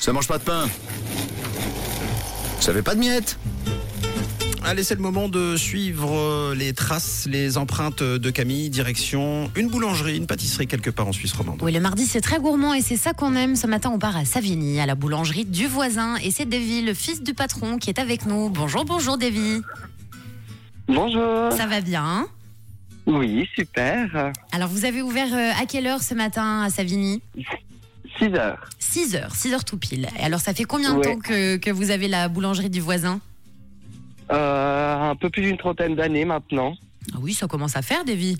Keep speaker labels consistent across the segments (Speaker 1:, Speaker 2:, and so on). Speaker 1: Ça mange pas de pain. Ça fait pas de miettes.
Speaker 2: Allez, c'est le moment de suivre euh, les traces, les empreintes de Camille, direction une boulangerie, une pâtisserie quelque part en Suisse romande.
Speaker 3: Oui, le mardi, c'est très gourmand et c'est ça qu'on aime. Ce matin, on part à Savigny, à la boulangerie du voisin. Et c'est Davy, le fils du patron, qui est avec nous. Bonjour, bonjour, Davy.
Speaker 4: Bonjour.
Speaker 3: Ça va bien
Speaker 4: Oui, super.
Speaker 3: Alors, vous avez ouvert euh, à quelle heure ce matin à Savigny
Speaker 4: 6 heures.
Speaker 3: 6 heures, 6 heures tout pile. Et alors, ça fait combien de
Speaker 4: Ouais.
Speaker 3: temps que, que vous avez la boulangerie du voisin
Speaker 4: Euh, un peu plus d'une trentaine d'années maintenant.
Speaker 3: Ah oui, ça commence à faire, Davy.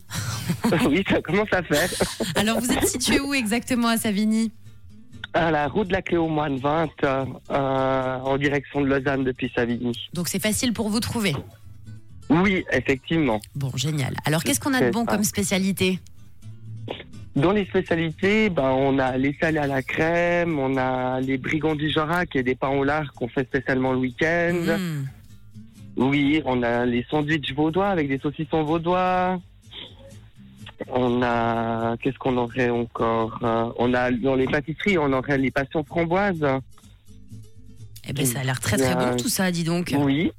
Speaker 4: oui, ça commence à faire.
Speaker 3: Alors, vous êtes situé où exactement à Savigny
Speaker 4: À la route de la Clé au moine 20, euh, euh, en direction de Lausanne depuis Savigny.
Speaker 3: Donc, c'est facile pour vous trouver.
Speaker 4: Oui, effectivement.
Speaker 3: Bon, génial. Alors, qu'est-ce qu'on a de
Speaker 4: C'est
Speaker 3: bon
Speaker 4: ça.
Speaker 3: comme spécialité
Speaker 4: Dans les spécialités, ben, on a les salés à la crème, on a les brigands du Jorac et des pains au lard qu'on fait spécialement le week-end.
Speaker 3: Hmm.
Speaker 4: Oui, on a les sandwichs vaudois avec des saucissons vaudois. On a, qu'est-ce qu'on aurait encore Euh, On a dans les pâtisseries, on aurait les passions framboises.
Speaker 3: Eh ben, ça a l'air très très bon tout ça, dis donc.
Speaker 4: Oui,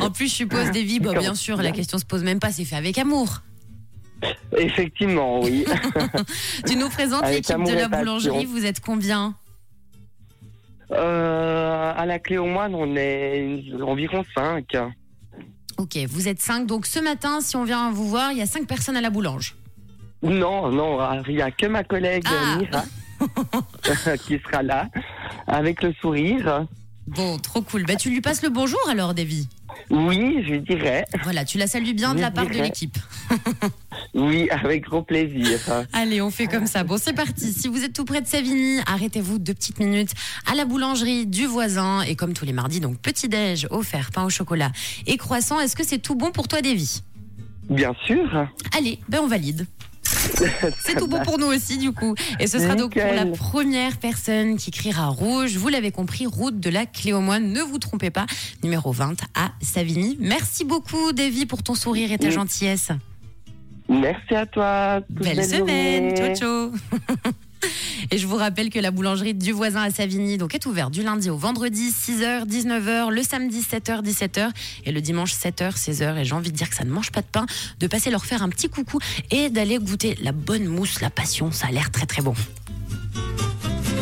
Speaker 3: En plus, je suppose, Davy, bah, bien sûr, la question se pose même pas, c'est fait avec amour.
Speaker 4: effectivement, oui.
Speaker 3: Tu nous présentes
Speaker 4: Avec
Speaker 3: l'équipe
Speaker 4: amour
Speaker 3: de
Speaker 4: et
Speaker 3: la
Speaker 4: passion.
Speaker 3: boulangerie, vous êtes combien
Speaker 4: Euh, à la clé au moine, on est environ 5.
Speaker 3: Ok, vous êtes cinq. Donc ce matin, si on vient vous voir, il y a cinq personnes à la boulange.
Speaker 4: Non, non, il n'y a que ma collègue
Speaker 3: Ah.
Speaker 4: Mira qui sera là avec le sourire.
Speaker 3: Bon, trop cool. Bah, tu lui passes le bonjour alors, Davy.
Speaker 4: Oui, je dirais.
Speaker 3: Voilà, tu la salues bien de la part de l'équipe.
Speaker 4: Oui, avec gros plaisir.
Speaker 3: Allez, on fait comme ça. Bon, c'est parti. Si vous êtes tout près de Savigny, arrêtez-vous deux petites minutes à la boulangerie du voisin. Et comme tous les mardis, donc petit-déj offert, pain au chocolat et croissant. Est-ce que c'est tout bon pour toi, Davy
Speaker 4: Bien sûr.
Speaker 3: Allez, ben on valide. C'est tout bon pour nous aussi, du coup. Et ce sera donc pour
Speaker 4: Nickel.
Speaker 3: la première personne qui criera rouge. Vous l'avez compris, route de la Cléomoine. Ne vous trompez pas, numéro 20 à Savigny. Merci beaucoup, Davy, pour ton sourire et ta
Speaker 4: Oui.
Speaker 3: gentillesse.
Speaker 4: Merci à toi. Toute
Speaker 3: Belle semaine.
Speaker 4: journée.
Speaker 3: Ciao, ciao. Et je vous rappelle que la boulangerie du voisin à Savigny donc, est ouverte du lundi au vendredi 6h, 19h, le samedi 7h, 17h et le dimanche 7h, 16h. Et j'ai envie de dire que ça ne mange pas de pain, de passer leur faire un petit coucou et d'aller goûter la bonne mousse, la passion. Ça a l'air très très bon.